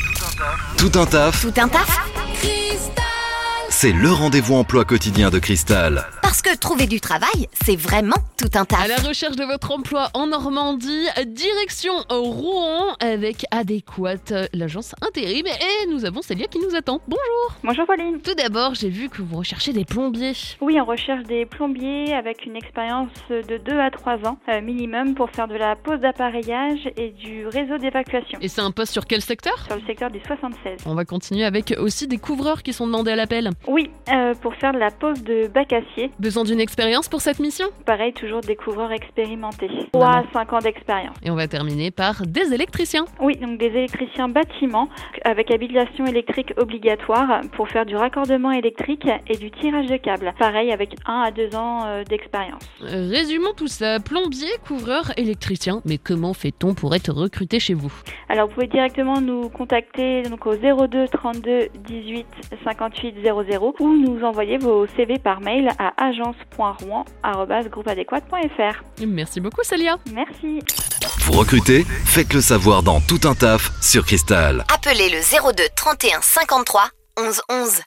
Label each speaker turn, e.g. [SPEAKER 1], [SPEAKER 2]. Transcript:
[SPEAKER 1] Tout un taf,
[SPEAKER 2] Tout un taf
[SPEAKER 1] c'est le rendez-vous emploi quotidien de Cristal.
[SPEAKER 2] Parce que trouver du travail, c'est vraiment tout un taf.
[SPEAKER 3] À la recherche de votre emploi en Normandie, direction Rouen avec Adéquate, l'agence intérim. Et nous avons Célia qui nous attend. Bonjour.
[SPEAKER 4] Bonjour Pauline.
[SPEAKER 3] Tout d'abord, j'ai vu que vous recherchez des plombiers.
[SPEAKER 4] Oui, on recherche des plombiers avec une expérience de 2 à 3 ans euh, minimum pour faire de la pose d'appareillage et du réseau d'évacuation
[SPEAKER 3] Et c'est un poste sur quel secteur
[SPEAKER 4] sur le secteur du 76.
[SPEAKER 3] On va continuer avec aussi des couvreurs qui sont demandés à l'appel.
[SPEAKER 4] Oui, euh, pour faire de la pose de bac acier.
[SPEAKER 3] Besoin d'une expérience pour cette mission
[SPEAKER 4] Pareil, toujours des couvreurs expérimentés.
[SPEAKER 3] Maman.
[SPEAKER 4] 3 à 5 ans d'expérience.
[SPEAKER 3] Et on va terminer par des électriciens.
[SPEAKER 4] Oui, donc des électriciens bâtiments avec habilitation électrique obligatoire pour faire du raccordement électrique et du tirage de câbles. Pareil avec 1 à 2 ans euh, d'expérience.
[SPEAKER 3] Euh, Résumons tout ça. Plombier, couvreur, électricien. Mais comment fait-on pour être recruté chez vous
[SPEAKER 4] Alors vous pouvez directement nous contacter donc au 02 32 18 58 00 ou nous envoyer vos CV par mail à agence.rouen@groupeadéquate.fr.
[SPEAKER 3] Merci beaucoup Célia.
[SPEAKER 4] Merci.
[SPEAKER 1] Vous recrutez Faites le savoir dans Tout un taf sur Cristal.
[SPEAKER 2] Appelez le 02 31 53 11 11.